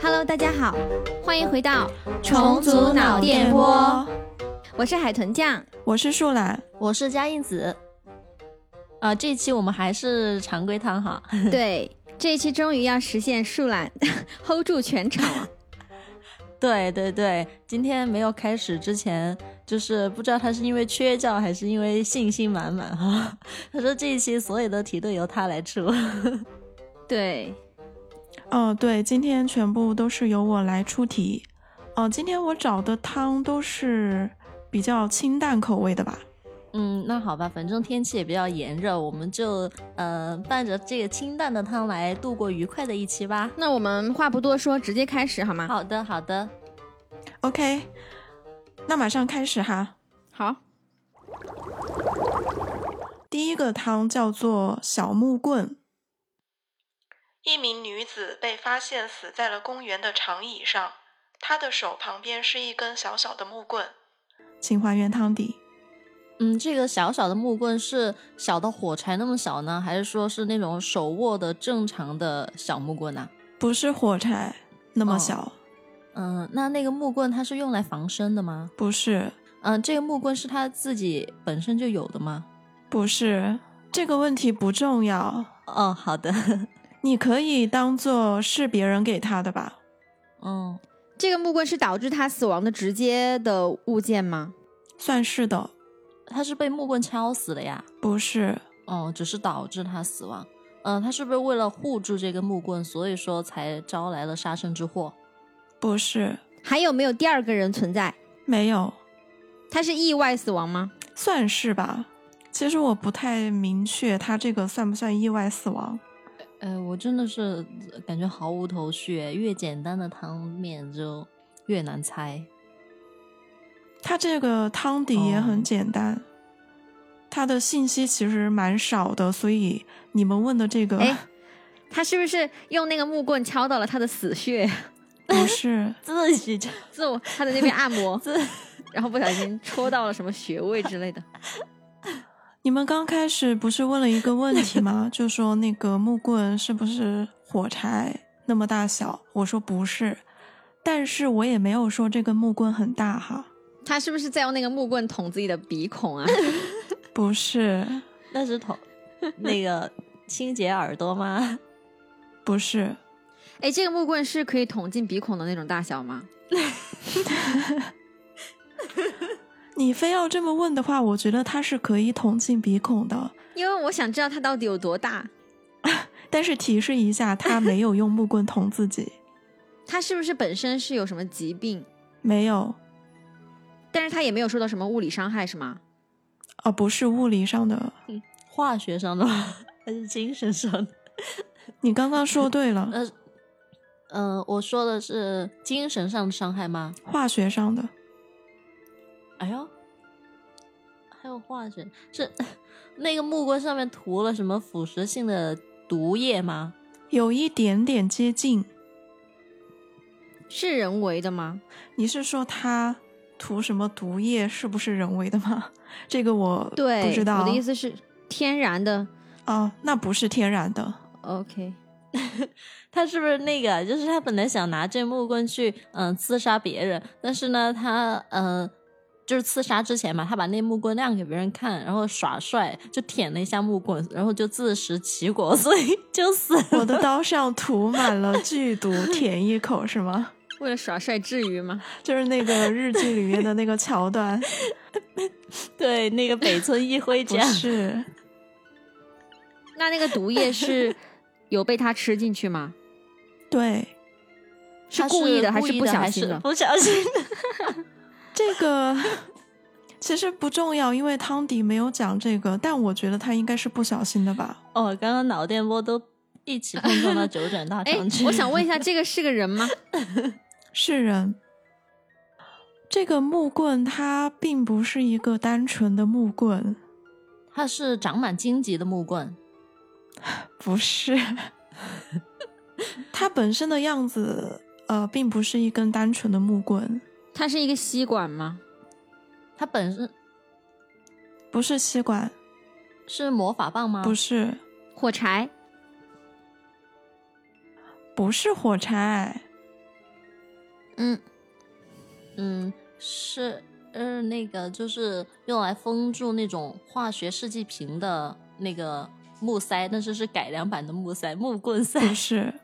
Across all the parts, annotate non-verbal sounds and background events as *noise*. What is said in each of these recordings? Hello，大家好，欢迎回到重组脑电波，我是海豚 *laughs* 酱。我是树懒，我是嘉应子。啊、这一期我们还是常规汤哈， *laughs* 对，这一期终于要实现树懒 *laughs* hold 住全场了。对对对，今天没有开始之前，就是不知道他是因为缺觉还是因为信心满满哈。 *laughs* 他说这一期所有的题都由他来出， *laughs* 对，哦，对，今天全部都是由我来出题。哦，今天我找的汤都是比较清淡口味的吧？嗯，那好吧，反正天气也比较炎热，我们就呃伴着这个清淡的汤来度过愉快的一期吧。那我们话不多说，直接开始好吗？好的，好的， OK，那马上开始哈。好，第一个汤叫做小木棍，一名女子被发现死在了公园的长椅上，她的手旁边是一根小小的木棍。请还原汤底。嗯，这个小小的木棍是小到火柴那么小呢，还是说是那种手握的正常的小木棍呢、啊不是火柴那么哦小，嗯，那那个木棍它是用来防身的吗？不是，嗯，这个木棍是他自己本身就有的吗？不是，这个问题不重要，哦，好的， *laughs* 你可以当做是别人给他的吧？嗯，这个木棍是导致他死亡的直接的物件吗？算是的，他是被木棍敲死的呀，不是，哦，只是导致他死亡。嗯，他是不是为了护住这个木棍，所以说才招来了杀身之祸？不是，还有没有第二个人存在？没有，他是意外死亡吗？算是吧。其实我不太明确他这个算不算意外死亡。呃，我真的是呃感觉毫无头绪诶，越简单的汤面就越难猜。他这个汤底也很哦简单，他的信息其实蛮少的，所以你们问的这个哎他是不是用那个木棍敲到了他的死穴？ *laughs* 不是，自己就，自我他的那边按摩 *laughs* 自然后不小心戳到了什么穴位之类的。你们刚开始不是问了一个问题吗？ *laughs* 就说那个木棍是不是火柴那么大小？我说不是，但是我也没有说这根木棍很大哈，他是不是在用那个木棍捅自己的鼻孔 *laughs* 啊？不是， *laughs* 那是头 *laughs* 那个清洁耳朵吗？不是，哎，这个木棍是可以捅进鼻孔的那种大小吗？你非要这么问的话，我觉得它是可以捅进鼻孔的。因为我想知道它到底有多大，但是提示一下，他没有用木棍捅自己，它是不是本身是有什么疾病？没有，但是它也没有受到什么物理伤害，是吗？哦，不是物理上的。化学上的吗？还是精神上的？你刚刚说对了，呃，嗯、我说的是精神上的伤害吗？化学上的，哎呦，还有化学是那个木棍上面涂了什么腐蚀性的毒液吗？有一点点接近。是人为的吗？你是说他涂什么毒液是不是人为的吗？这个我对，不知道。我的意思是天然的。哦，那不是天然的， OK，他是不是那个？就是他本来想拿这木棍去嗯、呃刺杀别人，但是呢，他呃就是刺杀之前嘛，他把那木棍亮给别人看，然后耍帅就舔了一下木棍，然后就自食其果，所以 *laughs* 就死了。我的刀上涂满了剧毒，舔一口是吗？为了耍帅至于吗？就是那个日剧里面的那个桥段，对那个北村 *laughs* 一辉这不样。是，那那个毒液是有被他吃进去吗？对。是他故意的还故是意不小还心是的？不小心的。 *laughs* *laughs* 这个其实不重要，因为汤底没有讲这个，但我觉得他应该是不小心的吧。哦，刚刚脑电波都一起碰撞到九转大 *laughs* *laughs* 哎肠去。，我想问 *laughs* 一下，这个是个人 *laughs* 吗？是人，这个木棍它并不是一个单纯的木棍，它是长满荆棘的木棍，不是， *laughs* 它本身的样子，呃，并不是一根单纯的木棍，它是一个吸管吗？它本身不是吸管，是魔法棒嗯吗？不，是，火柴？不是火柴，嗯，嗯，是，呃，那个就是用来封住那种化学试剂瓶的那个木塞，但是是改良版的木塞，木棍塞。不是，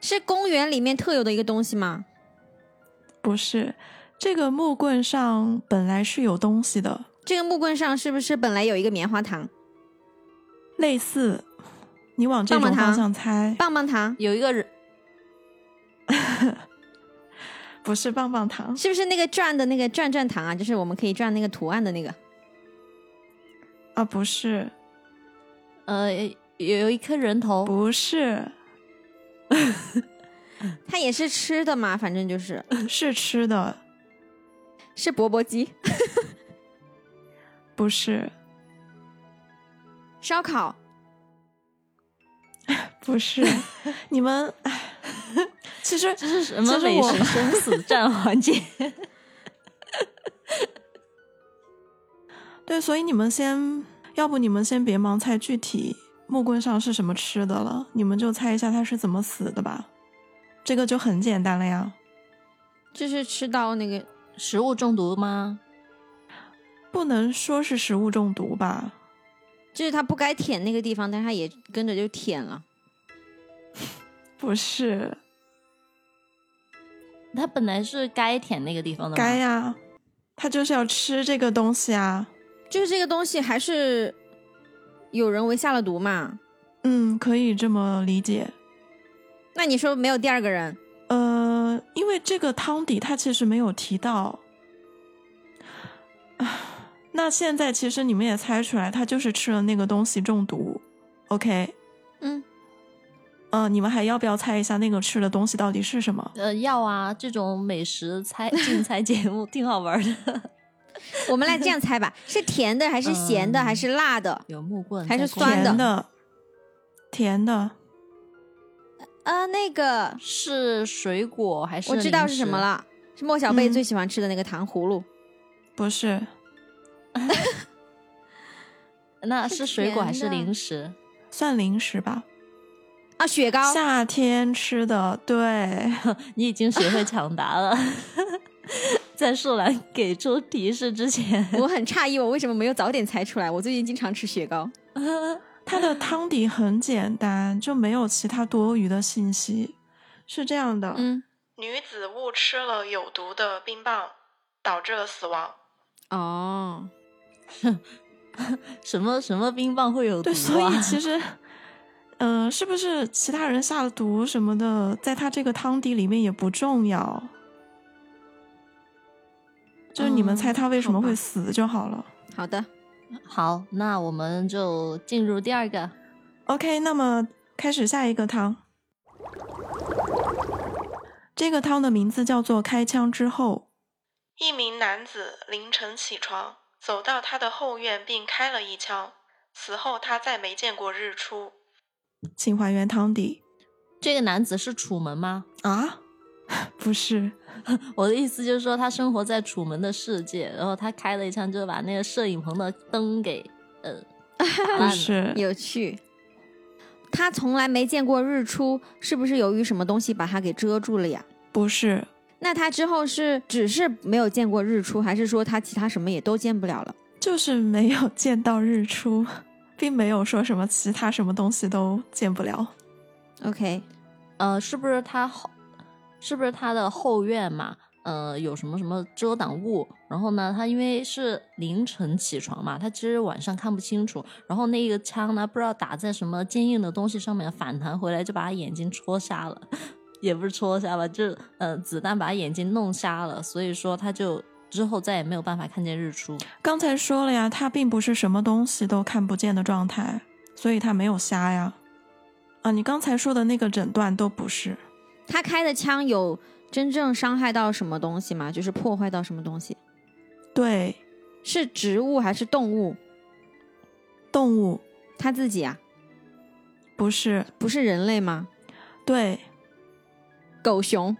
是公园里面特有的一个东西吗？不是，这个木棍上本来是有东西的，这个木棍上是不是本来有一个棉花糖、类似，你往这棒种棒方糖向猜，棒棒糖？有一个人，不是棒棒糖，是不是那个转的那个转转糖啊？就是我们可以转那个图案的那个啊，不是，呃，有有一颗人头，不是，它也是吃的嘛，反正就是是吃的，是钵钵鸡、不是，烧烤、*laughs* 不是，你们，唉其实这是什么其实美我食生死战环节？ *laughs* 对，所以你们先，要不你们先别忙猜具体木棍上是什么吃的了，你们就猜一下他是怎么死的吧，这个就很简单了呀。就是吃到那个食物中毒吗？不能说是食物中毒吧？就是它不该舔那个地方，但是它也跟着就舔了。不是，它本来是该舔那个地方的吗，该呀、他就是要吃这个东西啊。就是这个东西还是有人为下了毒嘛？嗯，可以这么理解。那你说没有第二个人？呃，因为这个汤底它其实没有提到。 *sighs* 啊那现在其实你们也猜出来，他就是吃了那个东西中毒。OK，嗯，呃，你们还要不要猜一下那个吃的东西到底是什么？呃，要啊，这种美食猜 *laughs* 竞猜节 *laughs* 目挺好玩的。我们来这样猜 *laughs* 吧：是甜的还是咸的嗯还是辣的？有木棍还在是公园酸的甜的，甜的，呃，那个是水果还是我知道零是什食么。了，是莫小贝嗯最喜欢吃的那个糖葫芦。不是那是是水果还是甜的零食？算零食吧？啊，雪糕，夏天吃的，对。 *laughs* 你已经学会抢答了。 *laughs* 在树兰给出提示之前， *laughs* *laughs* 我很诧异，我为什么没有早点猜出来？我最近经常吃雪糕，它的汤底很简单，就没有其他多余的信息。是这样的，嗯，女子误吃了有毒的冰棒，导致了死亡。哦，什么什么冰棒会有毒对，啊？所以其实，嗯、是不是其他人下了毒什么的，在它这个汤底里面也不重要，就是你们嗯猜它为什么好吧会死就好了。好的，好，那我们就进入第二个。 OK，那么开始下一个汤。这个汤的名字叫做“开枪之后一名男子凌晨起床，走到他的后院并开了一枪。此后，他再没见过日出。”，请还原汤底这个男子是楚门吗？啊？ *laughs* 不是，我的意思就是说，他生活在楚门的世界，然后他开了一枪，就把那个摄影棚的灯给 *laughs* 呃打烂不了。是，有趣。他从来没见过日出，是不是由于什么东西把他给遮住了呀？不是，那他之后是只是没有见过日出，还是说他其他什么也都见不了了？就是没有 *laughs* 见到日出，并没有说什么其他什么东西都见不了。 OK，呃，是不是他后，是不是他的后院嘛？呃，有什么什么遮挡物？然后呢，他因为是凌晨起床嘛，他其实晚上看不清楚。然后那个枪呢，不知道打在什么坚硬的东西上面，反弹回来就把他眼睛戳瞎了， *laughs* 也不是戳瞎吧，就是呃子弹把他眼睛弄瞎了。所以说他就之后再也没有办法看见日出。刚才说了呀，它并不是什么东西都看不见的状态，所以它没有瞎呀。啊，你刚才说的那个诊断都不是，他开的枪有真正伤害到什么东西吗？就是破坏到什么东西？对，是植物还是动物？动物他自己啊，不是，不是人类吗？对，狗熊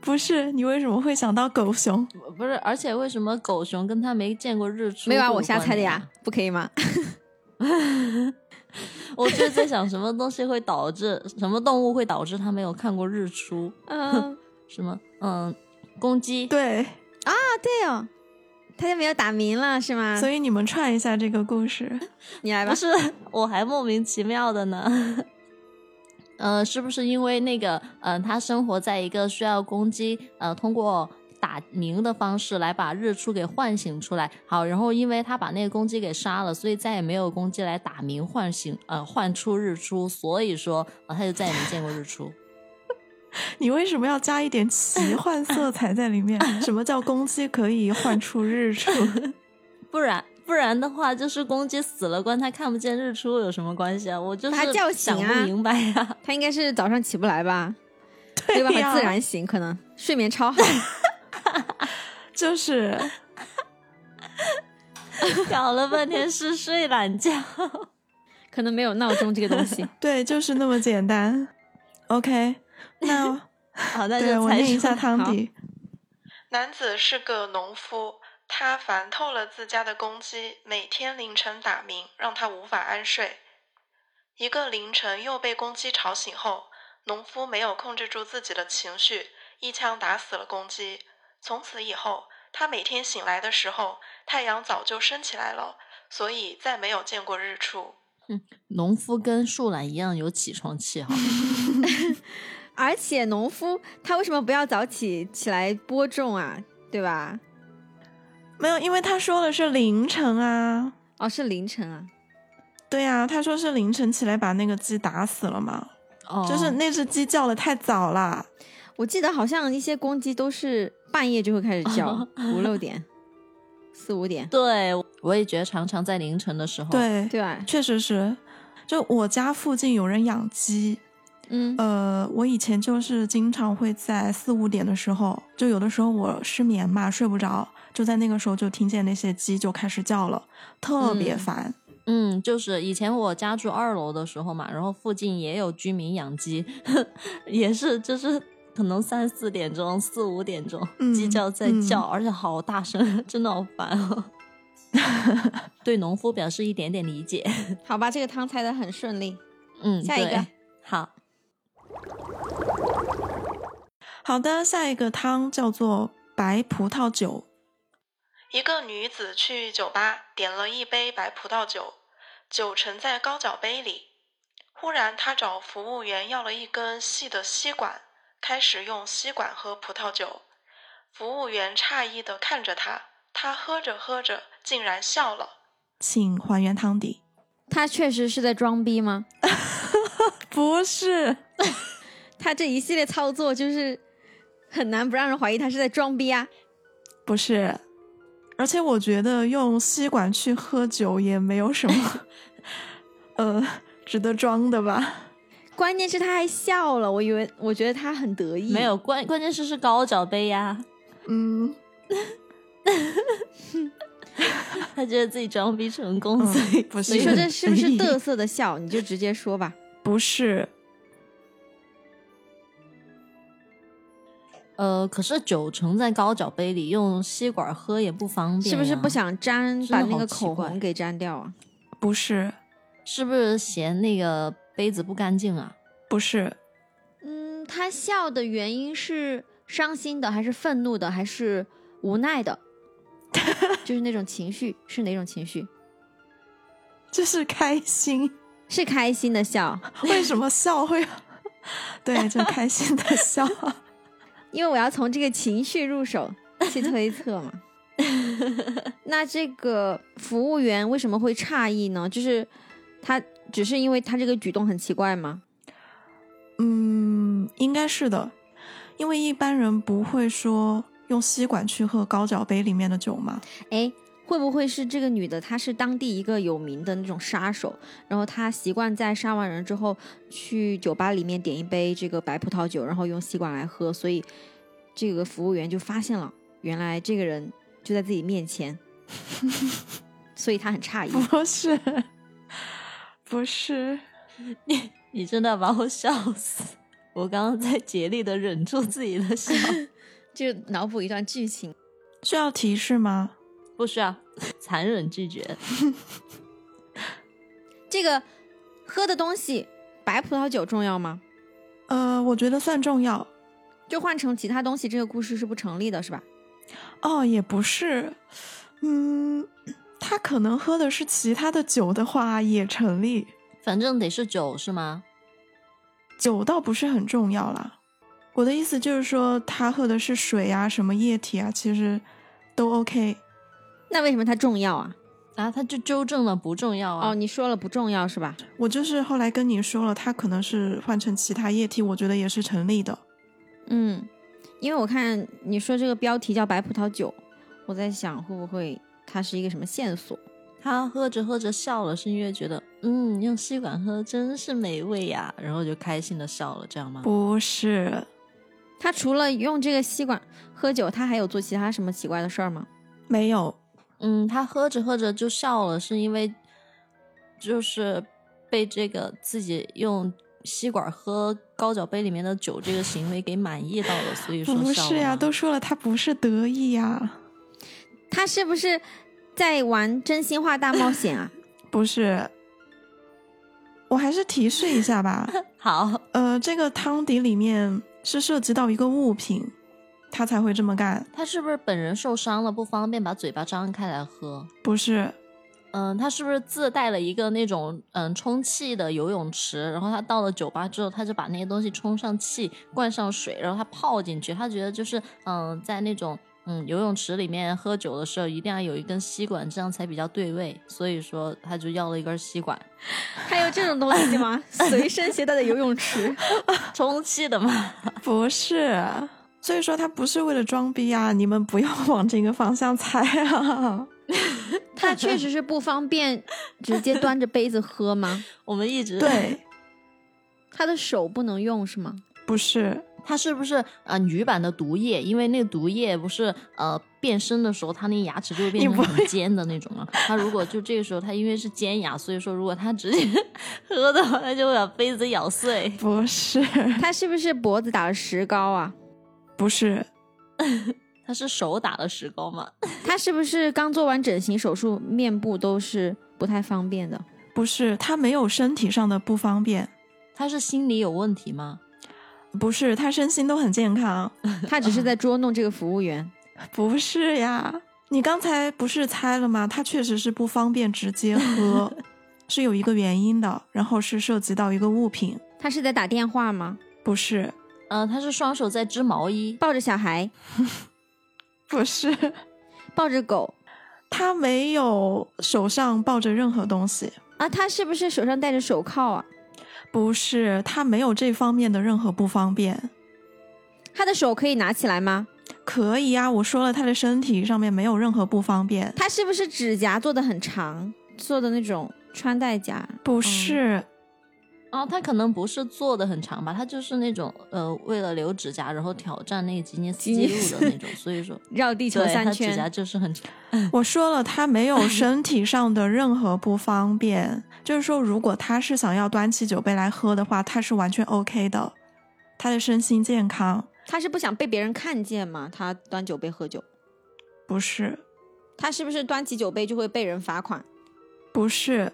不是，你为什么会想到狗熊？不不是，而且为什么啊狗熊跟他没见过日出？ *laughs* 没有啊，我瞎猜的呀。，不可以吗？我就在想，什么东西会导致什么动物会导致它没有看过日出？嗯什么？嗯，公鸡。对，对哦，他就没有打鸣了是吗？所以以你们串一下这个故事。你来吧不。是， *laughs* 我还莫名其妙的呢。 *laughs* 呃，是不是因为那个，呃，他生活在一个需要公鸡，呃，通过打鸣的方式来把日出给唤醒出来。好，然后因为他把那个公鸡给杀了，所以再也没有公鸡来打鸣唤醒，呃，唤出日出。所以说，呃，他就再也没见过日出。你为什么要加一点奇幻色彩在里面？什么叫公鸡可以唤出日出？ *laughs* 不然，不然的话，就是公鸡死了，关他看不见日出有什么关系啊？我就是把它叫醒想啊不明白啊。他应该是早上起不来吧？没有办呀法自然醒，可能睡眠超好。就是 *laughs* 搞了半天是睡懒觉。可能没有闹钟这个东西。 *laughs* 对，就是那么简单。OK，那好， *laughs* 那对就我猜念一出下汤好底。男子是个农夫，他烦透了自家的公鸡，每天凌晨打鸣，让他无法安睡。一个凌晨又被公鸡吵醒后，农夫没有控制住自己的情绪，一枪打死了公鸡。从此以后，他每天醒来的时候，太阳早就升起来了，所以再没有见过日出。 *laughs* 农夫跟树懒一样有起床 *laughs* 气哈，而且农夫他为什么不要早起起来播种啊？对吧？没有，因为他说的是凌晨啊。哦，是凌晨啊。对呀、他说是凌晨起来把那个鸡打死了嘛，哦就是那只鸡叫的太早了。我记得好像一些公鸡都是半夜就会开始叫哦，五六点、四五点，对，我也觉得常常在凌晨的时候，，对，对吧？确实是。就我家附近有人养鸡，嗯，呃，我以前就是经常会在四五点的时候，就有的时候我失眠嘛，睡不着，就在那个时候就听见那些鸡就开始叫了，特别嗯烦。嗯，就是以前我家住二楼的时候嘛，然后附近也有居民养鸡， *laughs* 也是就是可能三四点钟、四五点钟，嗯鸡叫在叫，而且好大声，真的好烦 *laughs* 哦。对农夫表示一点点理解，好吧，这个汤猜的很顺利。嗯，下一对个，好，好的，下一个汤叫做白葡萄酒。一个女子去酒吧点了一杯白葡萄酒，酒盛在高脚杯里。忽然，她找服务员要了一根细的吸管，开始用吸管喝葡萄酒。服务员诧异的看着她，她喝着喝着竟然笑了。请还原汤底。他确实是在装逼吗？不是，他这一系列操作就是很难不让人怀疑他是在装逼啊。不是，而且我觉得用吸管去喝酒也没有什 *laughs* 么，呃，值得装的吧？关键是他还笑了，我以为我觉得他很得意。没有关，关键是是高脚杯呀，嗯，他觉得自己装逼成功，嗯所以不是你说所以这是不是嘚瑟的笑？你就直接说吧。不是，呃，可是酒盛在高脚杯里，用吸管喝也不方便、是不是不？想粘，真的把好那个奇口怪红给粘掉啊？不是，是不是嫌那个杯子不干净啊？不是，嗯，他笑的原因是伤心的，还是愤怒的，还是无奈 *laughs* 的？就是那种情绪是哪种情绪？就是开心。是开心的笑，为什么笑会？对，就开心的笑。因为我要从这个情绪入手去推测嘛。那这个服务员为什么会诧异呢？就是他只是因为他这个举动很奇怪吗？嗯，应该是的，因为一般人不会说用吸管去喝高脚杯里面的酒嘛。 *laughs* 哎，会不会是这个女的她是当地一个有名的那种杀手，然后她习惯在杀完人之后去酒吧里面点一杯这个白葡萄酒，然后用吸管来喝，所以这个服务员就发现了，原来这个人就在自己面前，所以他很诧异。不是，不是，你 *laughs* 你真的把我笑死！我刚刚在竭力的忍住自己 *laughs* 的笑，就脑补一段剧情。需要提示吗？不需要，残忍拒绝。这个喝的东西，白葡萄酒重要吗？呃，我觉得算重要就换成其他东西，这个故事是不成立的，是吧？哦，也不是，嗯，他可能喝的是其他的酒的话也成立，反正得是酒是吗？酒倒不是很重要啦。我的意思就是说，他喝的是水啊，什么液体啊，其实都 OK。那为什么它重要啊？啊，他就纠正了不重要啊。哦，你说了不重要是吧？我就是后来跟你说了，他可能是换成其他液体，我觉得也是成立的。嗯，因为我看你说这个标题叫白葡萄酒，我在想会不会它是一个什么线索？他喝着喝着笑了，是因为觉得嗯，用吸管喝真是美味呀、然后就开心的笑了，这样吗？不是，他除了用这个吸管喝酒，他还有做其他什么奇怪的事儿吗？没有，嗯，他喝着喝着就笑了，是因为就是被这个自己用吸管喝高脚杯里面的酒这个行为给满意到了，所以说不笑是呀、了都吗说了他不是得意呀、他是不是在玩真心话大冒险啊？不是。我还是提示一下吧，好，呃，这个汤底里面是涉及到一个物品，他才会这么干，他是不是本人受伤了不方便把嘴巴张开来喝？不是？嗯，他是不是自带了一个那种嗯充气的游泳池？然后他到了酒吧之后，他就把那些东西充上气，灌上水，然后他泡进去。他觉得就是嗯，在那种嗯游泳池里面喝酒的时候，一定要有一根吸管，这样才比较对味。所以说，他就要了一根吸管，还有这种东西吗？ *laughs* 随身携带的游泳池？充气的嘛。 *laughs* 不是。所以说他不是为了装逼啊，你们不要往这个方向猜啊。 *laughs* 他确实是不方便直接端着杯子喝吗？我们一直，对，他的手不能用是吗？不是，他是不是呃女版的毒液？因为那个毒液不是呃变身的时候，他那牙齿就会变你成不很尖的那种嘛。他如果就这个时候，他因为是尖牙，所以说如果他直接 *laughs* 喝的话，他就会把杯子咬碎。不是，他是不是脖子打了石膏啊？不是，他是手打了石膏嘛？他是不是刚做完整形手术，面部都是不太方便的？不是，他没有身体上的不方便，他是心理有问题吗？不是，他身心都很健康，他只是在捉弄这个服务员。不是呀。你刚才不是猜了吗？他确实是不方便直接 *laughs* 喝，是有一个原因的，然后是涉及到一个物品，他是在打电话吗？不是，呃，他是双手在织毛衣，抱着小孩，不是，抱着狗他没有手上抱着任何东西，啊？他是不是手上戴着手铐啊？不是，他没有这方面的任何不方便。他的手可以拿起来吗？可以啊，我说了，他的身体上面没有任何不方便。他是不是指甲做的很长，做的那种穿戴甲？不是，然后他啊可能不是做的很长吧，他就是那种呃为了留指甲，然后挑战那个吉尼斯吉纪尼录斯的那种，所以说。绕 *laughs* 地球对，他三指甲圈，就是很长。我说了，他没有身体上的任何不方便。就是说，如果他是想要端起酒杯来喝的话，他是完全 OK 的，他的身心健康。他是不想被别人看见吗？他端酒杯喝酒，不是，他是不是端起酒杯就会被人罚款？不是，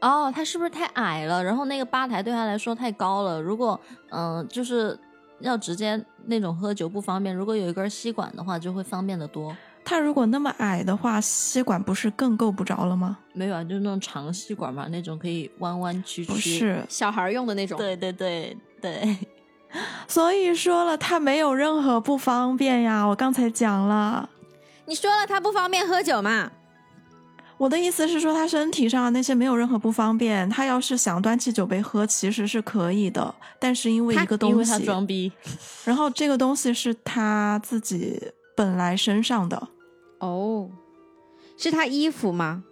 哦，他是不是太矮了？然后那个吧台对他来说太高了。如果嗯、呃就是要直接那种喝酒不方便，如果有一根吸管的话，就会方便的多。他如果那么矮的话，吸管不是更够不着了吗？没有啊，就是那种长吸管嘛，那种可以弯弯曲曲。不，哦是，小孩用的那种，对对对对，所以说了，他没有任何不方便呀。我刚才讲了，你说了他不方便喝酒嘛？我的意思是说，他身体上的那些没有任何不方便。他要是想端起酒杯喝，其实是可以的，但是因 *laughs* 为他一个因东为他西，装逼。然后这个东西是他自己本来身上的，哦，是他衣服吗？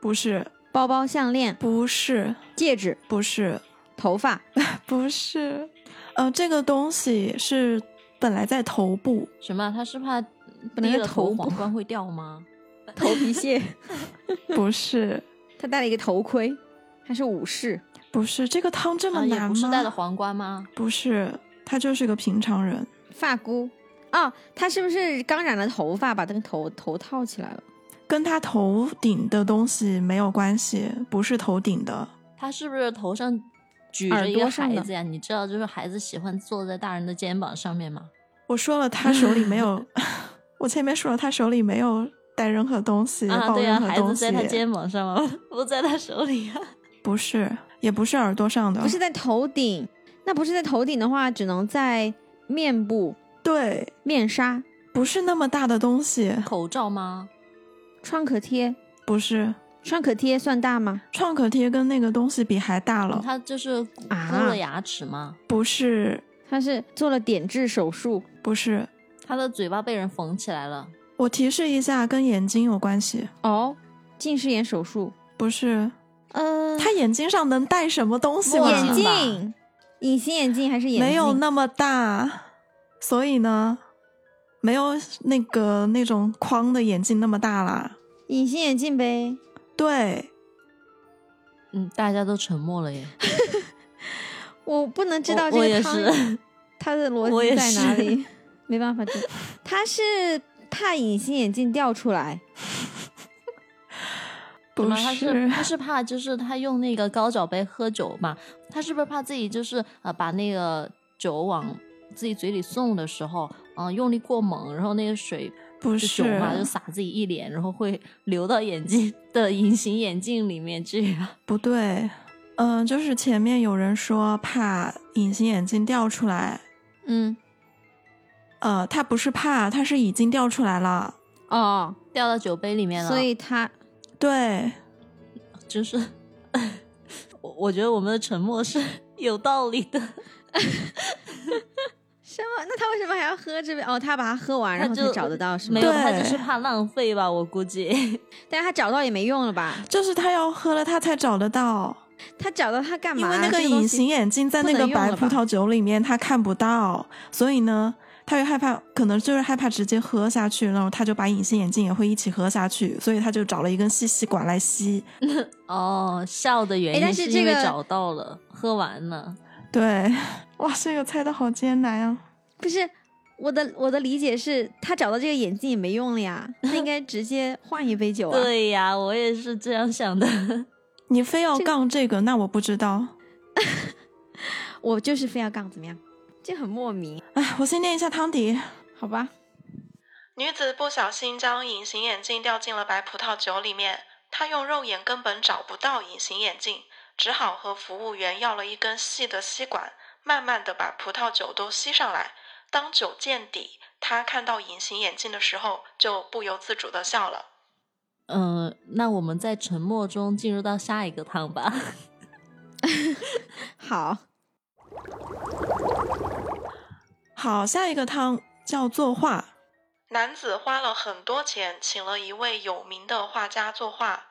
不是，包包、项链、不是，戒指、不是，头发， *laughs* 不是，呃，这个东西是本来在头部，什么？他是怕不能了是头头部皇冠会掉吗？头皮屑，不是，他戴了一个头盔，他是武士。不是，这个汤 *laughs* 这啊么也难不是戴了吗？皇冠吗？不是，他就是个平常人，发箍。哦，他是不是刚染了头发，把那个头头套起来了？跟他头顶的东西没有关系，不是头顶的，他是不是头上举耳着一朵个上孩的子呀？你知道，就是孩子喜欢坐在大人的肩膀上面吗？我说了，他手里没 *laughs* 有，我前面说了，他手里没有带任何东西，啊，抱对呀、任何孩东子西，在他肩膀上吗？ *laughs* 不在他手里啊。不是，也不是耳朵上的，不是在头顶，那不是在头顶的话，只能在面部、对，面纱、不是那么大的东西，口罩吗？创可贴。不是创可贴算大吗？创可贴跟那个东西比还大了，嗯他就是箍啊箍了牙齿吗？不是，它是做了点痣手术，不是，他的嘴巴被人缝起来了。我提示一下，跟眼睛有关系，哦，近视眼手术，不是，嗯呃，他眼睛上能戴什么东西吗？墨眼镜吧镜，隐形眼镜还是眼镜？没有那么大，所以呢，没有那个那种框的眼镜那么大啦。隐形眼镜呗。对，嗯，大家都沉默了耶。我不能知道我这我个也汤是它的逻我辑也在哪是里， *laughs* 没办法知道，他是怕隐形眼镜掉出来，不吗？他是是，他是怕就是他用那个高脚杯喝酒嘛，他是不是怕自己就是呃把那个酒往自己嘴里送的时候，嗯、用力过猛，然后那个水不就是酒嘛就洒自己一脸，然后会流到眼睛的 *laughs* 隐形眼镜里面去啊。 *laughs* 不对。嗯，就是前面有人说怕隐形眼镜掉出来，嗯，呃，他不是怕，他是已经掉出来了。哦，掉到酒杯里面了，所以他对，就是我我觉得我们的沉默是 *laughs* 有道理的，什么？那他为什么还要喝这杯？哦，他把它喝完，然后他才就找得到是吗没？有，对他只是怕浪费吧，我估计。 *laughs* 但是他找到也没用了吧？就是他要喝了，他才找得到，他找到他干嘛？因为那这个个东隐西形眼镜在不那个能用白了葡吧萄酒里面他看不到，所以呢，他又害怕，可能就是害怕直接喝下去，然后他就把隐形眼镜也会一起喝下去，所以他就找了一根细吸管来吸。哦，笑的原哎诶但因是这因为个找到了，喝完了。对， *laughs* 哇，这个猜的好艰难啊！不是我的我的理解是，他找到这个眼镜也没用了呀，他应该直 *laughs* 接换一杯酒啊。对呀、我也是这样想的。你非要杠这个，那我不知道。我就是非要杠，怎么样？这很莫名，哎，我先念一下汤底，好吧？女子不小心将隐形眼镜掉进了白葡萄酒里面，她用肉眼根本找不到隐形眼镜，只好和服务员要了一根细的吸管，慢慢的把葡萄酒都吸上来。当酒见底，她看到隐形眼镜的时候，就不由自主的笑了。嗯、那我们在沉默中进入到下一个汤吧。 *laughs* 好，好，下一个汤叫作画。男子花了很多钱，请了一位有名的画家作画，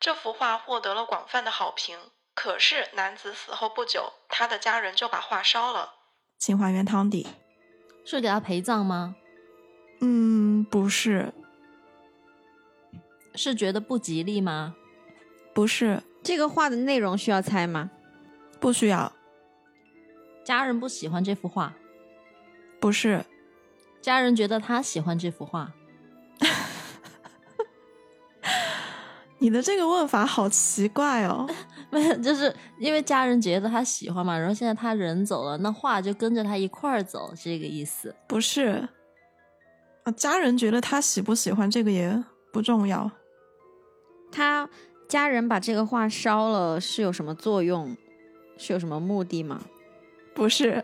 这幅画获得了广泛的好评。可是男子死后不久，他的家人就把画烧了。请还原汤底。是给他陪葬吗？嗯，不是，是觉得不吉利吗？不是，这个话的内容需要猜吗？不需要，家人不喜欢这幅画，不是，家人觉得他喜欢这幅画，你的这个问法好奇怪哦。没有， *laughs* 就是因为家人觉得他喜欢嘛。然后现在他人走了，那画就跟着他一块儿走，是这个意思。不是，啊，家人觉得他喜不喜欢这个也不重要，他家人把这个画烧了是有什么作用？是有什么目的吗？不是，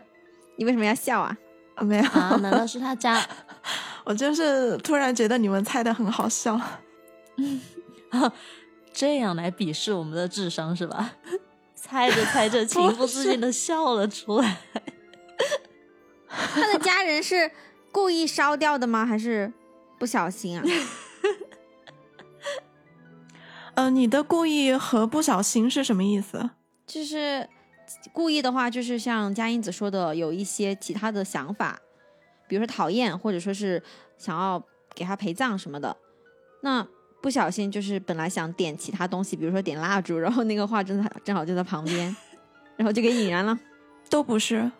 你为什么要笑啊？ *laughs* 啊没有，啊，难道是他家？我就是突然觉得你们猜的很好笑。这样来鄙视我们的智商是吧？ *laughs* 猜着猜着，情不自禁的笑了出来。 *laughs* 他的家人是故意烧掉的吗？还是不小心啊？呃，你的故意和不小心是什么意思？就是故意的话，就是像佳音子说的，有一些其他的想法，比如说讨厌，或者说是想要给他陪葬什么的。那不小心就是本来想点其他东西，比如说点蜡烛，然后那个画正在正好就在旁边，然后就给引燃了。都不是。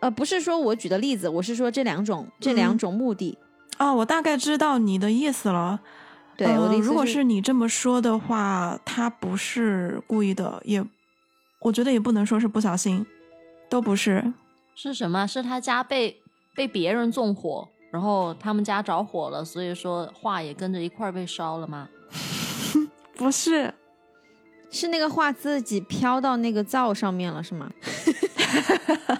呃，不是说我举的例子，我是说这两种这两嗯种目的。啊，我大概知道你的意思了。对，呃我的意思如果是是你这么说的话，他不是故意的，也我觉得也不能说是不小心，都不是。是什么？是他家被被别人纵火，然后他们家着火了，所以说画也跟着一块儿被烧了吗？不是，是那个画自己飘到那个灶上面了，是吗？ *laughs*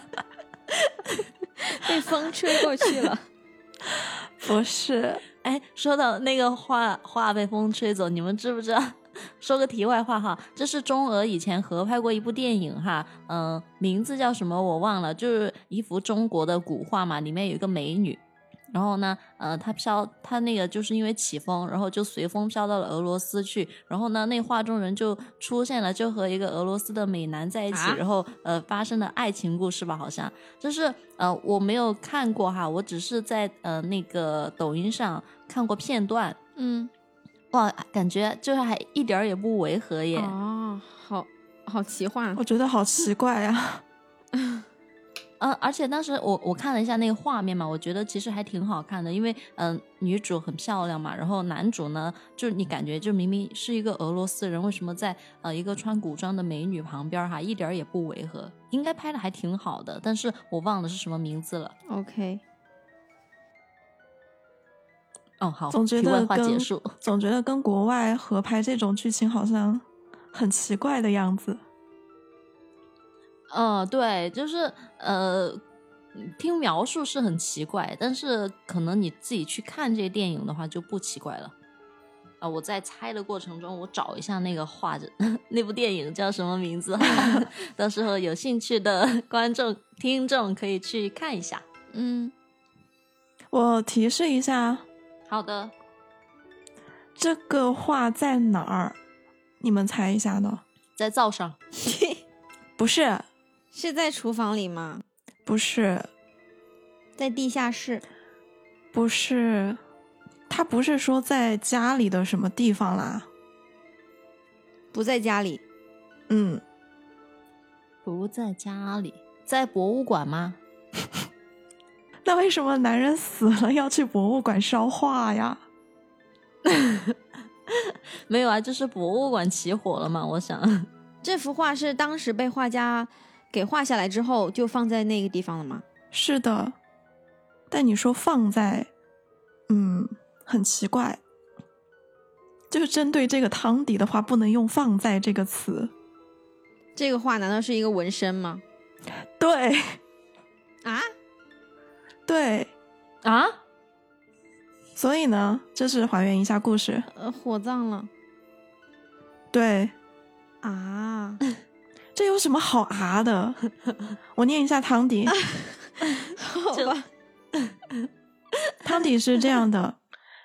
被风吹过去了。不是，哎，说到那个画画被风吹走，你们知不知道？ *laughs* 说个题外话哈，这是中俄以前合拍过一部电影哈，嗯、名字叫什么我忘了，就是一幅中国的古画嘛，里面有一个美女，然后呢，呃，她飘，她那个就是因为起风，然后就随风飘到了俄罗斯去，然后呢，那画中人就出现了，就和一个俄罗斯的美男在一起，啊然后呃发生了爱情故事吧，好像就是呃我没有看过哈，我只是在呃那个抖音上看过片段，嗯，哇，感觉就是还一点儿也不违和耶。哦，好好奇幻我，觉得好奇怪呀、啊。呃，而且当时我我看了一下那个画面嘛，我觉得其实还挺好看的，因为嗯、呃女主很漂亮嘛，然后男主呢，就是你感觉就明明是一个俄罗斯人，为什么在呃一个穿古装的美女旁边儿哈，一点儿也不违和，应该拍的还挺好的，但是我忘了是什么名字了。 OK，哦，好，总觉题外得话跟结束。总觉得跟国外合拍这种剧情好像很奇怪的样子。嗯，对，就是呃，听描述是很奇怪，但是可能你自己去看这些电影的话就不奇怪了。啊、我在猜的过程中，我找一下那个画着 *laughs* 那部电影叫什么名字，到时候有兴趣的 *laughs* 观众听众可以去看一下。嗯， *laughs* 我提示一下，好的，这个画在哪儿？你们猜一下呢？在灶上，不是，是在厨房里吗？不是，在地下室？不是，他不是说在家里的什么地方啦。不在家里，嗯，不在家里，在博物馆吗？那为什么男人死了要去博物馆烧画呀？没有啊，就是博物馆起火了嘛，我想。 *laughs* 这幅画是当时被画家给画下来之后就放在那个地方了吗？是的，但你说放在，嗯，很奇怪。就是针对这个汤底的话，不能用“放在”这个词。这个画难道是一个纹身吗？对啊，对，啊，所以呢，这是还原一下故事。呃，火葬了对，啊！ *laughs* 这有什么好啊的？ *laughs* 我念一下汤底，好就吧，汤底是这样的：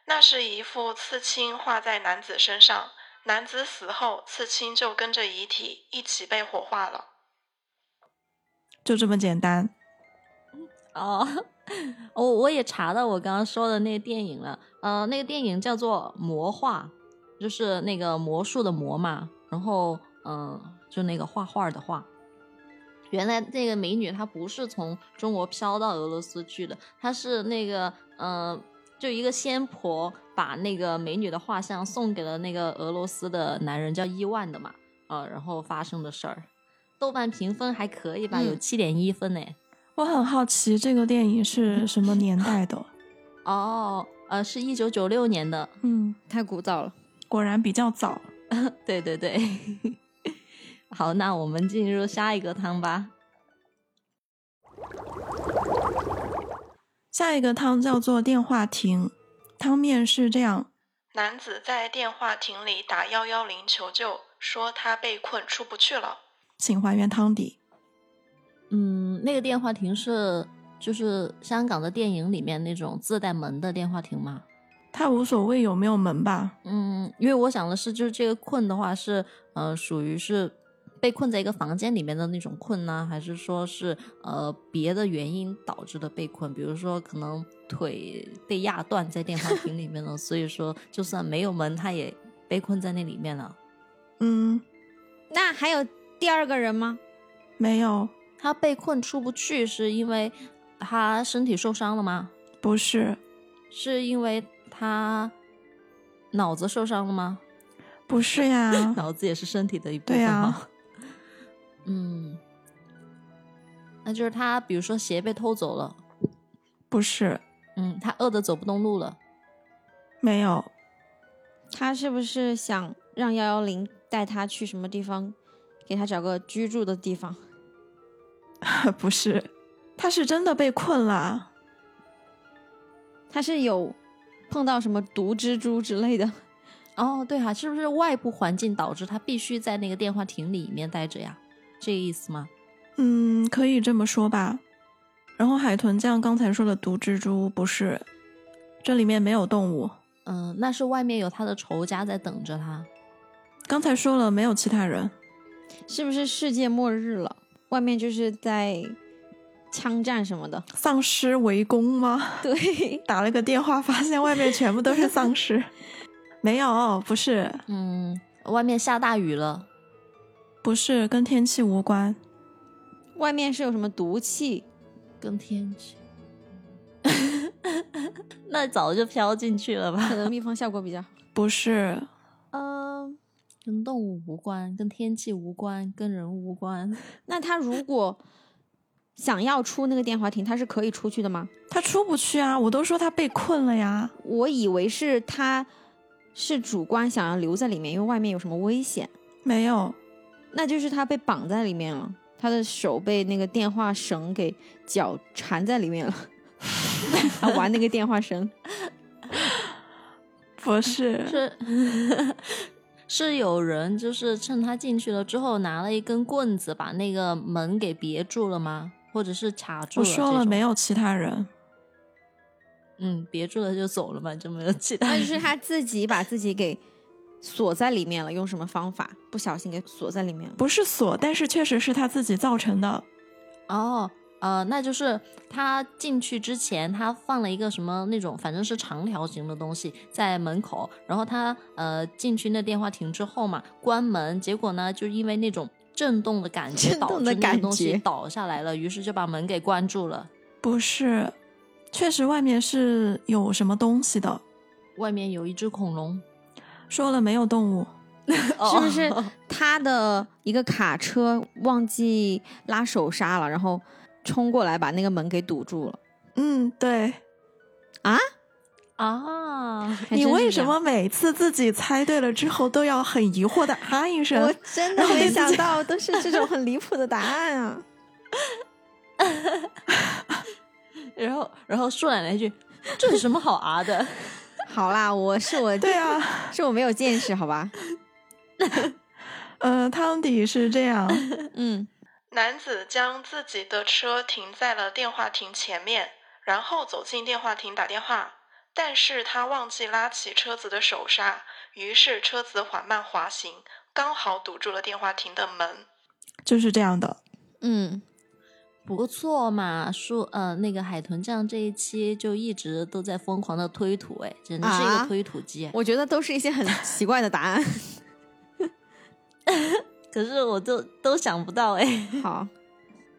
那是一副刺青画在男子身上，男子死后，刺青就跟着遗体一起被火化了。就这么简单。哦，我我也查到我刚刚说的那个电影了，呃，那个电影叫做《魔画》，就是那个魔术的魔嘛，然后嗯、呃就那个画画的画。原来那个美女她不是从中国飘到俄罗斯去的，她是那个呃，就一个仙婆把那个美女的画像送给了那个俄罗斯的男人叫伊万的嘛，啊、然后发生的事儿。豆瓣评分还可以吧，有嗯七点一分呢。我很好奇这个电影是什么年代的。哦，呃，是一九九六年的， *laughs* 嗯， *laughs* 太古早了。果然比较早。对对对。 *laughs* 好，那我们进入下一个汤吧。下一个汤叫做电话亭，汤面是这样：男子在电话亭里打幺幺零求救，说他被困出不去了。请还原汤底。嗯，那个电话亭是就是香港的电影里面那种自带门的电话亭吗？他无所谓有没有门吧？嗯，因为我想的是，就是这个困的话是呃，属于是被困在一个房间里面的那种困呢，还是说是呃别的原因导致的被困？比如说可能腿被压断在电话亭里面了，所以说就算没有门，他也被困在那里面了。嗯，那还有第二个人吗？没有，他被困出不去，是因为他身体受伤了吗？不是，是因为他脑子受伤了吗？。不是呀 *laughs* 脑子也是身体的一部嗯对分呀吗？嗯，那就是他，比如说鞋被偷走了，不是，嗯，他饿的走不动路了，没有， *laughs* 他是不是想让幺幺零带他去什么地方，给他找个居住的地方？不是，他是真的被困了。他是有碰到什么毒蜘蛛之类的？哦，对哈、是不是外部环境导致他必须在那个电话亭里面待着呀？这个意思吗？嗯，可以这么说吧。然后海豚酱刚才说的毒蜘蛛不是，这里面没有动物。嗯、那是外面有他的仇家在等着他。刚才说了没有其他人，是不是世界末日了？外面就是在枪战什么的？丧尸围攻吗？对，打了个电话，发现外面全部都是丧尸。 *laughs* 没有，不是，嗯，外面下大雨了，不是跟天气无关。外面是有什么毒气？跟天气， *laughs* 那早就飘进去了吧可？能密封效果比较好。不是，嗯，跟动物无关，跟天气无关，跟人无关。那他如果想要出那个电话亭，他是可以出去的吗？他出不去啊！我都说他被困了呀。我以为是他是主观想要留在里面，因为外面有什么危险，没有，那就是他被绑在里面了，他的手被那个电话绳给脚缠在里面了， *laughs* 他玩那个电话绳。不是，嗯是 *laughs* 是有人就是趁他进去了之后，拿了一根棍子把那个门给别住了吗？或者是卡住我了？说了没？有其他人。嗯，别住了就走了嘛，就没有其他那 *laughs* 就人。是他自己把自己给锁在里面了，用什么方法不小心给锁在里面了？不是锁，但是确实是他自己造成的。哦，呃，那就是他进去之前，他放了一个什么那种，反正是长条形的东西在门口。然后他呃进去那电话亭之后嘛，关门，结果呢，就因为那种震动的感觉震导动致的那个感东西觉倒下来了，于是就把门给关住了。不是，确实外面是有什么东西的。外面有一只恐龙，说了没有动物，哦是不 *laughs* 是他的一个卡车忘记拉手刹了，然后冲过来把那个门给堵住了？嗯，对。 *laughs* 啊？还你真为是这什样么每次自己猜对了之后都要很疑惑的啊一声？我真的然后没就想自己到都是这种很离谱的答案啊！ *laughs* 然后然后树懒来一句：“这有什么好啊的好啦，我是我对啊，是我没有见识，好吧？呃，汤底是这样，嗯，男子将自己的车停在了电话亭前面，然后走进电话亭打电话，但是他忘记拉起车子的手刹，于是车子缓慢滑行，刚好堵住了电话亭的门。就是这样的。嗯，？” *laughs* 不错嘛，树呃那个海豚酱这一期就一直都在疯狂的推土，哎，简直是一个啊推土机。我觉得都是一些很奇怪的答 *laughs* 案。可是我都都想不到哎，好，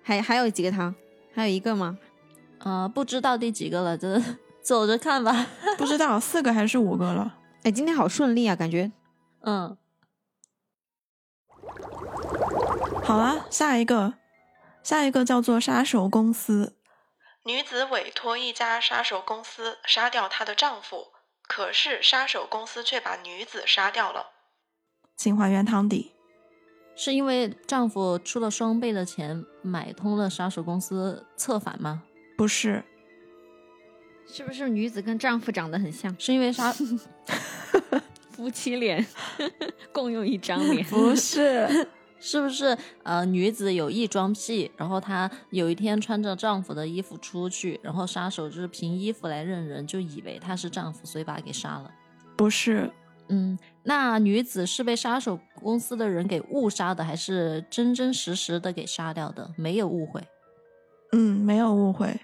还还有几个汤？还有一个吗？ *laughs* 呃，不知道第几个了，就走着看吧。 *laughs* 不知道四个还是五个了。哎，今天好顺利啊，感觉嗯，好啦，下一个，下一个叫做杀手公司。女子委托一家杀手公司杀掉她的丈夫，可是杀手公司却把女子杀掉了。请还原汤底。是因为丈夫出了双倍的钱买通了杀手公司策反吗？不是， *laughs* 是不是女子跟丈夫长得很像，是因为杀夫妻脸 *laughs* 共用一张 *laughs* 脸？不是，是不是呃女子有异装癖，然后她有一天穿着丈夫的衣服出去，然后杀手就是凭衣服来认人，就以为她是丈夫，所以把她给杀了。不是，嗯，那女子是被杀手公司的人给误杀的，还是真真实实的给杀掉的？没有误会，嗯，没有误会，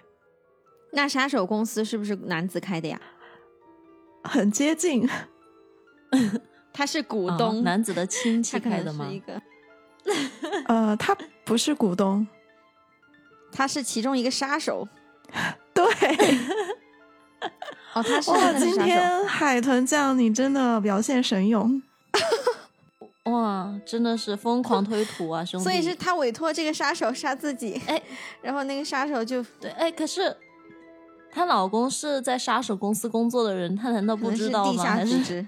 那杀手公司是不是男子开的呀？很 *laughs* 接近。他是股啊东，男子的亲戚 *laughs* 他可开的能吗是一？个，呃，他不是股东，他是其中一个杀手。对。哦，他是哇，真的是今杀手。天海豚酱你真的表现神勇，哇，真的是疯狂推土啊，兄弟！所以是他委托这个杀手杀自 *laughs* 己，哎，然后那个杀手就对，哎，可是她老公是在杀手公司工作的人，她难道可不能知是道地吗？下还组 *laughs* 是织，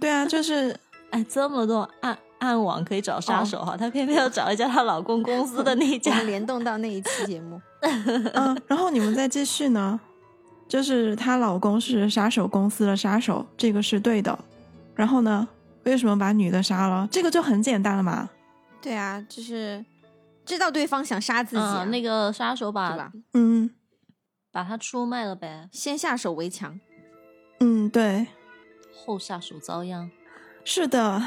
对啊，就是哎，这么多暗暗网可以找杀哦手哈、她偏 *laughs* 偏要找一家她老公公司的那一我家们联动到那一期节目，嗯，然后你们再继续呢，就是她老公是杀手公司的杀手，这个是对的。然后呢，为什么把女的杀了？这个就很简单了嘛。对啊，就是知道对方想杀自己啊、 *laughs* 嗯，那个啊杀手对把吧？嗯把她出卖了呗，先下手为强，嗯，对，后下手遭殃。是的。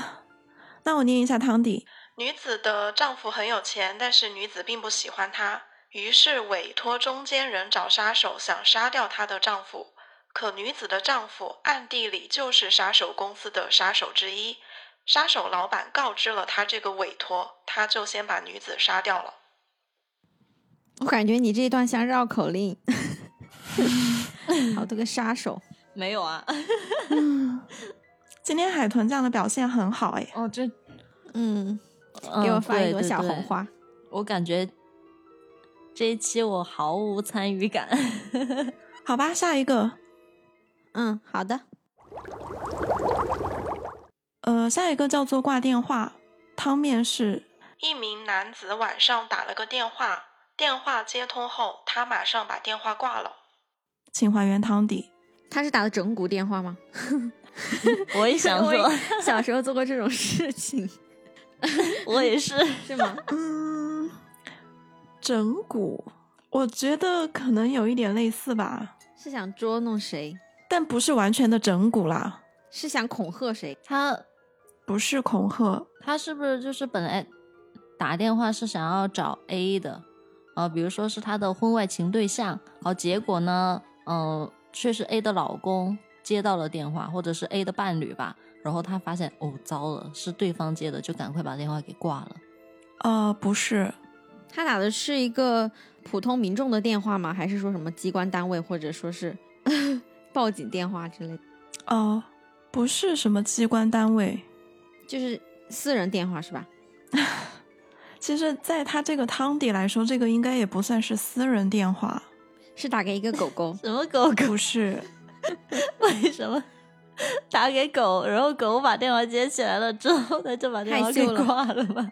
那我念一下汤底，女子的丈夫很有钱，但是女子并不喜欢他，于是委托中间人找杀手，想杀掉她的丈夫。可女子的丈夫暗地里就是杀手公司的杀手之一，杀手老板告知了他这个委托，他就先把女子杀掉了。我感觉你这一段像绕口 *laughs* 令，好多个杀手，没有啊，今天海豚酱的表现很好哎，哦，这嗯， *laughs* 嗯给我发一对朵对小对红花，我感觉这一期我毫无参 *laughs* 与感。好吧，下一个，嗯，好的，呃，下一个叫做挂电话，汤面是一名男子晚上打了个电话，电话接通后，他马上把电话挂了。请还原汤底，他是打的整蛊电话吗？我也 *laughs* 想我也 *laughs* 说，小时候做过这种事情，我 *laughs* 也是。是吗？嗯，整蛊，我觉得可能有一点类似吧，是想捉弄谁？但不是完全的整蛊啦，是想恐吓谁？他不是恐吓，他是不是就是本来打电话是想要找 A 的，呃，比如说是他的婚外情对象，好、结果呢，嗯、却是 A 的老公接到了电话，或者是 A 的伴侣吧，然后他发现哦，糟了，是对方接的，就赶快把电话给挂了。，呃，不是，他打的是一个普通民众的电话吗？还是说什么机关单位，或者说是 *laughs* 报警电话之类的？呃，不是什么机关单位。就是私人电话是吧？其实，在他这个汤底来说，这个应该也不算是私人电话，是打给一个狗狗什么狗 *laughs* 狗？不是，为什么打给狗，然后狗把电话接起来了之后，他就把电话害给羞了挂了吧？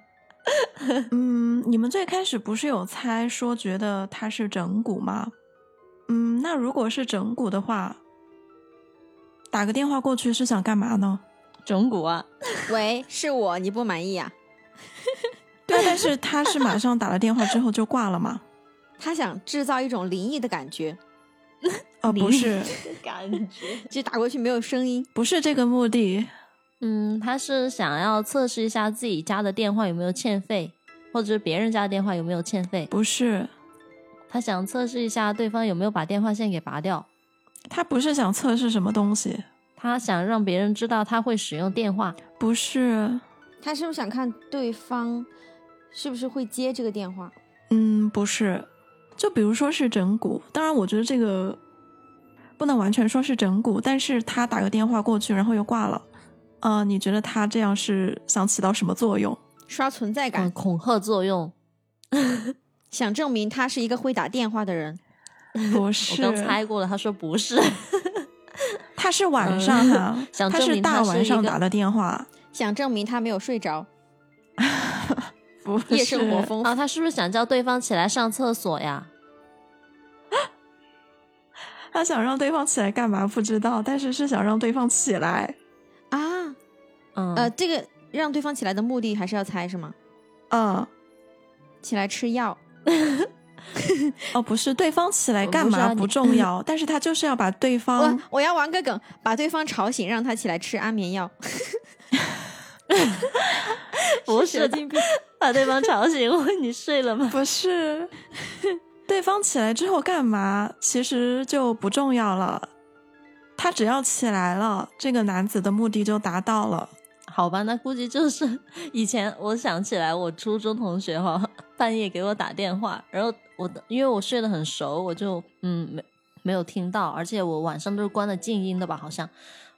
嗯，你们最开始不是有猜说觉得他是整蛊吗？嗯，那如果是整蛊的话，打个电话过去是想干嘛呢？ *laughs* 整蛊啊！喂，是我，你不满意啊？对啊，但是他是马上打了电话之后就挂了嘛？他想制造一种灵异的感觉，哦，不是， *laughs* 感觉，就打过去没有声音。不是这个目的。嗯，他是想要测试一下自己家的电话有没有欠费，或者是别人家的电话有没有欠费。不是，他想测试一下对方有没有把电话线给拔掉。他不是想测试什么东西，他想让别人知道他会使用电话。不是，他是不是想看对方是不是会接这个电话？嗯，不是。就比如说是整蛊，当然我觉得这个不能完全说是整蛊，但是他打个电话过去，然后又挂了。呃，你觉得他这样是想起到什么作用？刷存在感，嗯，恐吓作用。想证明他是一个会打电话的人。 *laughs* 不我是，刚猜过了，他说不是。 *laughs* 他是晚上哈、 *laughs* 嗯想他证是明大他是晚一上个打的电 *laughs* 话，想证明他没有睡着，不是夜生活丰富。啊，他是不是想叫对方起来上厕所呀？他想让对方起来干嘛不知道，但是是想让对方起来。啊，嗯，呃，这个让对方起来的目的还是要猜是吗？嗯，起来吃药，哦，不是，对方起来我干不知嘛道你不重要，但是他就是要把 *laughs* 对方我我要玩个梗，把对方吵醒，让他起来吃安眠药。不神是的 *laughs* 经病，把对方吵醒，问你睡了吗？不是对方起来之后干嘛，其实就不重要了。他只要起来了，这个男子的目的就达到了。好吧，那估计就是 *laughs* 以前我想起来，我初中同学哈、 *laughs* 半夜给我打电话，然后我的因为我睡得很熟，我就嗯没没有听到，而且我晚上都是关了静音的吧，好像，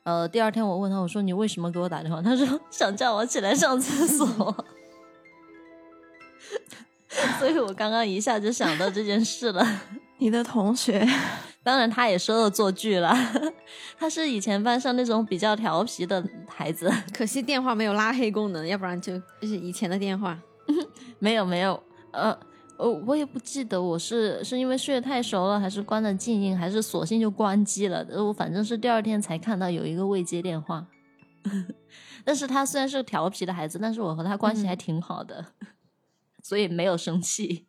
呃，第二天我问他，我说你为什么给我打电话？他说 *laughs* 想叫我起来上厕所。 *laughs* 所以我刚刚一下就想到这件事了。 *laughs* 你的同学， *laughs* 当然，他也说恶作剧了。 *laughs* 他是以前班上那种比较调皮的孩子，可惜电话没有拉黑功能，要不然就就是以前的电话。没有没有，呃，呃，我也不记得我是是因为睡得太熟了，还是关了静音，还是索性就关机了。呃我反正是第二天才看到有一个未接电话。 *laughs* 但是他虽然是调皮的孩子，但是我和他关系还挺好的， *laughs* 所以没有生气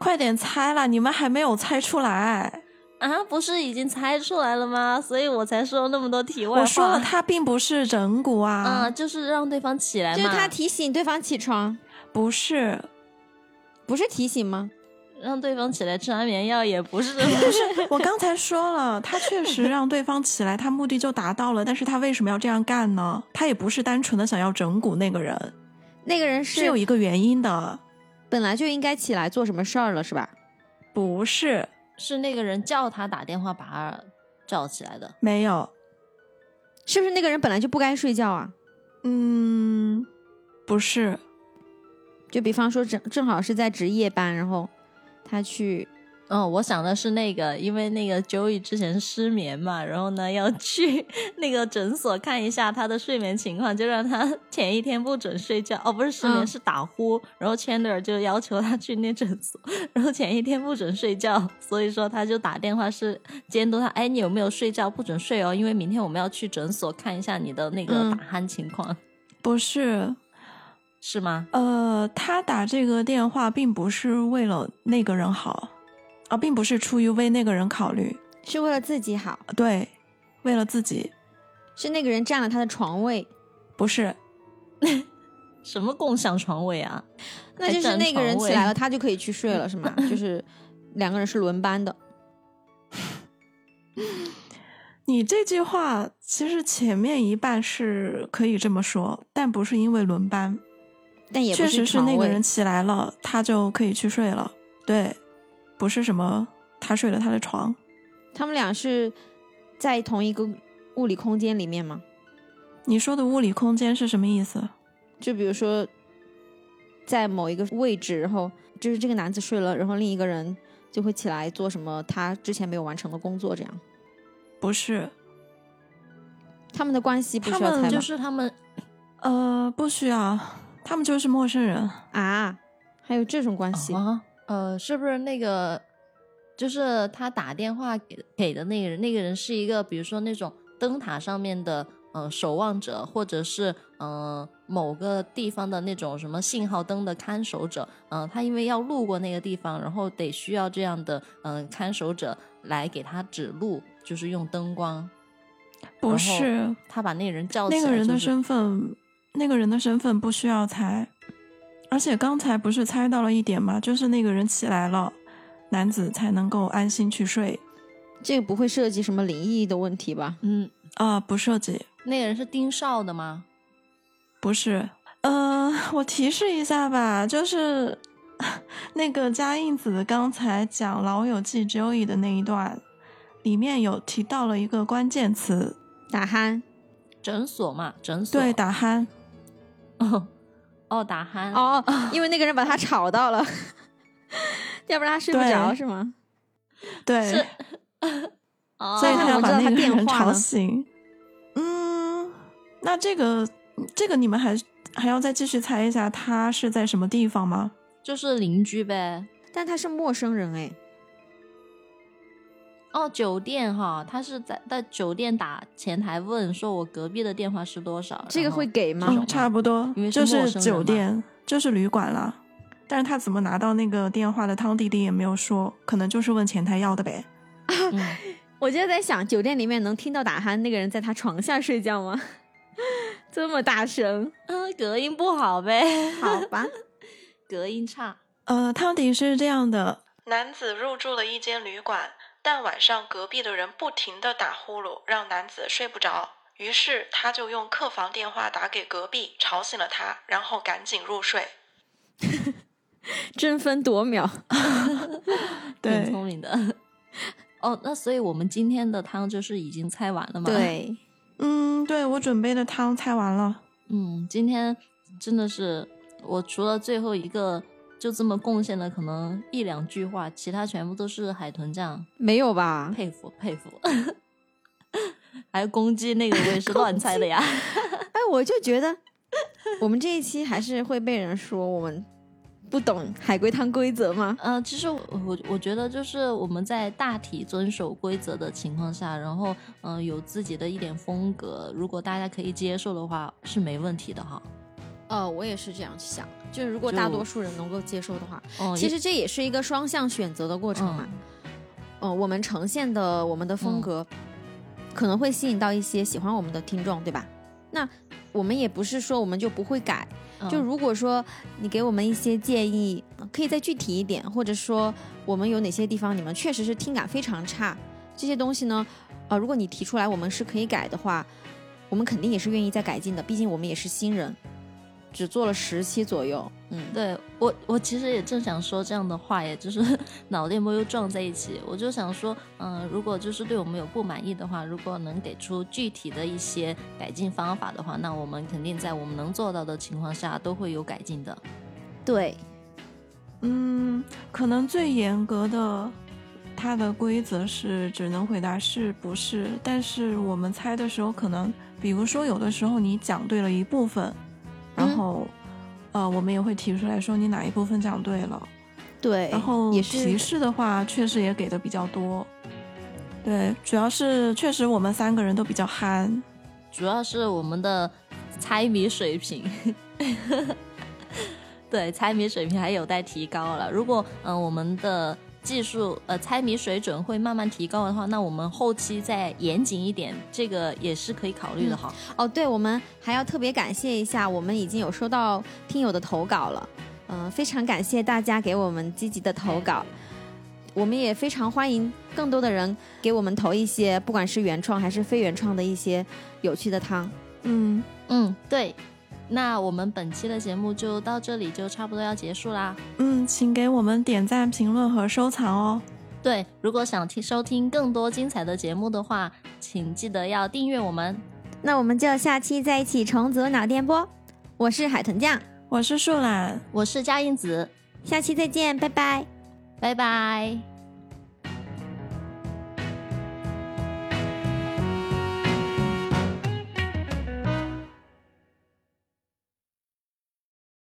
快点猜啦！你们还没有猜出来。啊。不是已经猜出来了吗？所以我才说那么多题外话。我说了，他并不是整蛊啊、啊，就是让对方起来哎嘛，就是他提醒对方起床，不是，不是提醒吗？让对方起来吃安眠药也不是不是。我刚才说了，他确实让对方起来，他目的就达到了。但是他为什么要这样干呢？他也不是单纯的想要整蛊那个人，那个人是有一个原因的。本来就应该起来做什么事儿了，是吧？不是，是那个人叫他打电话把他叫起来的。没有，是不是那个人本来就不该睡觉啊？嗯，不是，就比方说正正好是在值夜班，然后他去哦，我想的是那个，因为那个 Joey 之前失眠嘛，然后呢要去 *laughs* 那个诊所看一下他的睡眠情况，就让他 *laughs* 前一天不准睡觉。哦，不是失眠，嗯是打呼。然后 Chandler 就要求他去那诊所，然后前一天不准睡觉，所以说他就打电话是监督他，哎，你有没有睡觉？不准睡哦，因为明天我们要去诊所看一下你的那个嗯打鼾情况，不是。是吗？呃，他打这个电话并不是为了那个人好，啊，并不是出于为那个人考虑，是为了自己好，对，为了自己，是那个人占了他的床位，不是，什么共享床位啊？那就还是占那个人床位起 *laughs* 来了，他就可以去睡了，是吗？就是两个人是轮班的，你这句话其实前面一半是可以这么说，但不是因为轮班，但也不确实是床那个位人起来了，他就可以去睡了，对，不是什么他睡了他的床，他们俩是在同一个物理空间里面吗？你说的物理空间是什么意思？就比如说，在某一个位置，然后就是这个男子睡了，然后另一个人就会起来做什么他之前没有完成的工作，这样不是，他们的关系不他需要们猜就吧？是他们呃，不需要，他们就是陌生人。啊，还有这种关系？啊，呃，是不是那个，就是他打电话给给的那个人，那个人是一个，比如说那种灯塔上面的呃守望者，或者是呃某个地方的那种什么信号灯的看守者，呃，他因为要路过那个地方，然后得需要这样的嗯、呃看守者来给他指路，就是用灯光。不然后是他把那个人叫起那来、个人的就是身份，那个人的身份不需要猜。而且刚才不是猜到了一点吗？就是那个人起来了，男子才能够安心去睡这个不会涉及什么灵异的问题吧？嗯，啊、不涉及，那个人是盯梢的吗？不是。呃，我提示一下吧，就是 *laughs* 那个嘉应子刚才讲《老友记》Joey 的那一段，里面有提到了一个关键词，打鼾诊所嘛，诊所 *laughs* 对，打鼾。哦哦打鼾哦，因为那个人把他吵到了， *laughs* 要不然他睡不对着是吗？对，是哦所以那他我要们把知道那他个电人话吵呢醒。嗯，那这个这个你们还还要再继续猜一下，他是在什么地方吗？就是邻居呗。但他是陌生人哎，哦，酒店哈，他是在在酒店打前台问说，我隔壁的电话是多少？这个然后会给这吗种嗯，差不多因为，是就陌是生人酒嘛店，就是旅馆啦。但是他怎么拿到那个电话的？汤弟弟也没有说，可能就是问前台要的呗。嗯我就在想，酒店里面能听到打鼾那个人在他床下睡觉吗？ *laughs* 这么大声，嗯，隔音不好呗，好吧。隔音差。呃，汤迪是这样的，男子入住了一间旅馆，但晚上隔壁的人不停的打呼噜，让男子睡不着。于是他就用客房电话打给隔壁，吵醒了他，然后赶紧入睡。 *laughs* 争分夺秒。对挺，聪明的。哦，那所以我们今天的汤就是已经猜完了嘛？，对，嗯，对我准备的汤菜完了。嗯，今天真的是我除了最后一个就这么贡献了可能一两句话，其他全部都是海豚酱， *laughs* 没有吧？佩服佩服。 *laughs* 还攻击那个我也是乱猜的呀，哎，我就觉得我们这一期还是会被人说我们不懂海龟汤规则吗？呃，其实我我我觉得就是我们在大体遵守规则的情况下，然后嗯、呃有自己的一点风格，如果大家可以接受的话是没问题的哈。呃，我也是这样想，就是如果就大多数人能够接受的话，哦、其实这也是一个双向选择的过程嘛。嗯嗯、我们呈现的我们的风格、可能会吸引到一些喜欢我们的听众，对吧？那我们也不是说我们就不会改，嗯就如果说你给我们一些建议，可以再具体一点，或者说我们有哪些地方你们确实是听感非常差，这些东西呢，呃，如果你提出来我们是可以改的话，我们肯定也是愿意再改进的，毕竟我们也是新人，只做了十期左右，嗯，对我，我其实也正想说这样的话，也就是 *laughs* 脑电波又撞在一起。我就想说，嗯、如果就是对我们有不满意的话，如果能给出具体的一些改进方法的话，那我们肯定在我们能做到的情况下都会有改进的。对，嗯，可能最严格的，它的规则是只能回答是不是，但是我们猜的时候，可能比如说有的时候你讲对了一部分，然嗯后、呃，我们也会提出来说你哪一部分讲对了，对，然后哎也提是示的话，确实也给的比较多。对，主要是确实我们三个人都比较憨，主要是我们的猜谜水平， *laughs* 对，猜谜水平还有待提高了。如果嗯、呃我们的技术呃猜谜水准会慢慢提高的话，那我们后期再严谨一点，这个也是可以考虑的哈。哦，对，我们还要特别感谢一下，我们已经有收到听友的投稿了，嗯、非常感谢大家给我们积极的投稿，我们也非常欢迎更多的人给我们投一些，不管是原创还是非原创的一些有趣的汤。嗯，嗯，对。那我们本期的节目就到这里，就差不多要结束啦。嗯，请给我们点赞、评论和收藏哦。对，如果想听收听更多精彩的节目的话，请记得要订阅我们。那我们就下期再一起重组脑电波，我是海豚酱，我是树懒，我是佳音子，下期再见，拜拜。拜拜。